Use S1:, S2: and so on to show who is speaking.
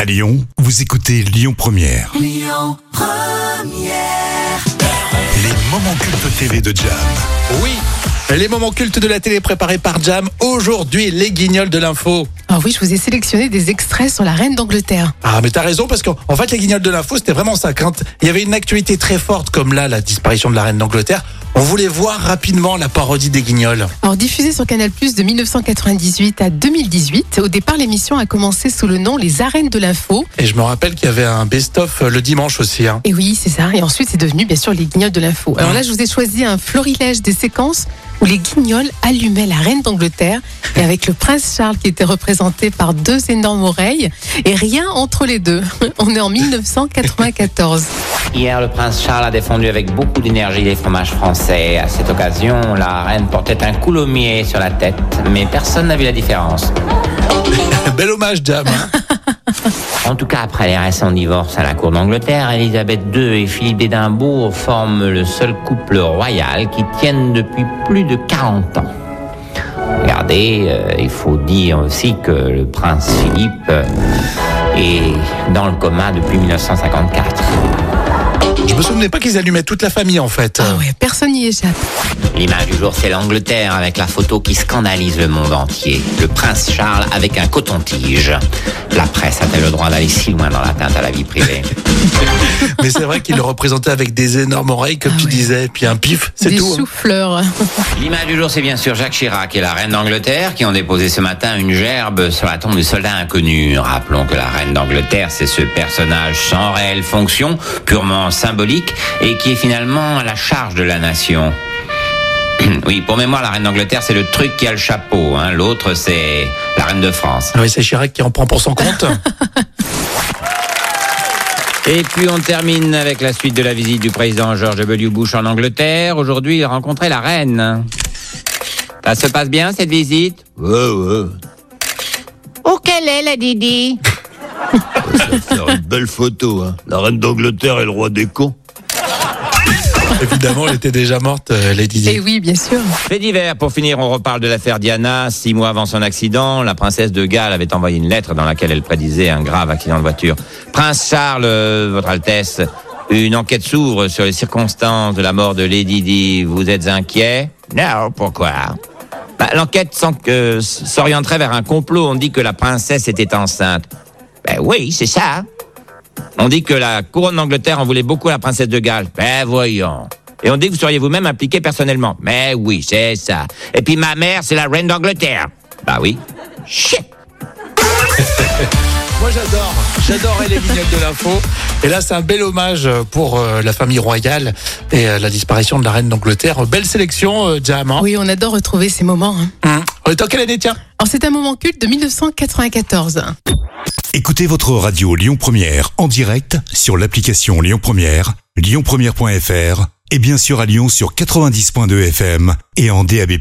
S1: À Lyon, vous écoutez Lyon Première. Les moments cultes TV de Jam.
S2: Oui, les moments cultes de la télé préparés par Jam. Aujourd'hui, les guignols de l'info.
S3: Ah oui, je vous ai sélectionné des extraits sur la reine d'Angleterre.
S2: Ah, mais t'as raison, parce qu'en en fait, les guignols de l'info, c'était vraiment ça. Quand il y avait une actualité très forte, comme là, la disparition de la reine d'Angleterre, on voulait voir rapidement la parodie des guignols.
S3: Alors diffusée sur Canal+ de 1998 à 2018, au départ l'émission a commencé sous le nom Les Arènes de l'info.
S2: Et je me rappelle qu'il y avait un best-of euh, le dimanche aussi. hein.
S3: Et oui, c'est ça. Et ensuite, c'est devenu bien sûr les guignols de l'info. Alors
S2: Mhm.
S3: là, je vous ai choisi un florilège des séquences où les guignols allumaient la reine d'Angleterre et avec le prince Charles qui était représenté par deux énormes oreilles et rien entre les deux. On est en 1994.
S4: Hier, le prince Charles a défendu avec beaucoup d'énergie les fromages français. À cette occasion, la reine portait un coulommier sur la tête, mais personne n'a vu la différence.
S2: Bel hommage, Jam. hein.
S4: En tout cas, après les récents divorces à la cour d'Angleterre, Elisabeth II et Philippe d'Édimbourg forment le seul couple royal qui tienne depuis plus de 40 ans. Regardez, euh, il faut dire aussi que le prince Philippe euh, est dans le coma depuis 1954.
S2: je me souvenais pas qu'ils allumaient toute la famille, en fait.
S3: Ah ouais, personne n'y échappe.
S4: L'image du jour, c'est l'Angleterre avec la photo qui scandalise le monde entier. Le prince Charles avec un coton-tige. La presse a-t-elle le droit d'aller si loin dans l'atteinte à la vie privée
S2: Mais c'est vrai qu'ils le représentaient avec des énormes oreilles, comme
S3: Ah
S2: tu
S3: ouais.
S2: disais, puis un pif, c'est
S3: Des
S2: tout. hein.
S3: souffleurs.
S4: L'image du jour, c'est bien sûr Jacques Chirac et la reine d'Angleterre qui ont déposé ce matin une gerbe sur la tombe du soldat inconnu. Rappelons que la reine d'Angleterre, c'est ce personnage sans réelle fonction, purement symbolique, et qui est finalement à la charge de la nation. Oui, pour mémoire, la reine d'Angleterre, c'est le truc qui a le chapeau. hein. L'autre, c'est la reine de France.
S2: Ah oui, c'est Chirac qui en prend pour son compte.
S4: Et puis on termine avec la suite de la visite du président George W. Bush en Angleterre. Aujourd'hui, il rencontrait la reine. Ça se passe bien cette visite Ouais, ouais.
S5: Où Oh, qu'elle est, la Didi
S6: faire une belle photo. Hein. La reine d'Angleterre et le roi des cons.
S2: Évidemment, elle était déjà morte, euh, Lady Di.
S3: Et oui, bien sûr.
S4: Fait divers. Pour finir, on reparle de l'affaire Diana. Six mois avant son accident, la princesse de Galles avait envoyé une lettre dans laquelle elle prédisait un grave accident de voiture. Prince Charles, euh, votre Altesse, une enquête s'ouvre sur les circonstances de la mort de Lady Di. Vous êtes inquiet Non, pourquoi Bah, L'enquête s'en- euh, s- s'orienterait vers un complot. On dit que la princesse était enceinte. Ben oui, c'est ça. On dit que la couronne d'Angleterre en voulait beaucoup à la princesse de Galles. Ben voyons. Et on dit que vous seriez vous-même impliqué personnellement. Mais oui, c'est ça. Et puis ma mère, c'est la reine d'Angleterre. Bah oui. Shit.
S2: Moi j'adore, j'adorais les vignettes de l'info. Et là c'est un bel hommage pour euh, la famille royale et euh, la disparition de la reine d'Angleterre. Belle sélection, euh, Jam. hein.
S3: Oui, on adore retrouver ces moments. hein.
S2: Hum. On est en quelle année, tiens
S3: Alors c'est un moment culte de 1994.
S1: Écoutez votre radio Lyon Première en direct sur l'application Lyon Première, lyonpremière.fr et bien sûr à Lyon sur 90.2 FM et en DAB+.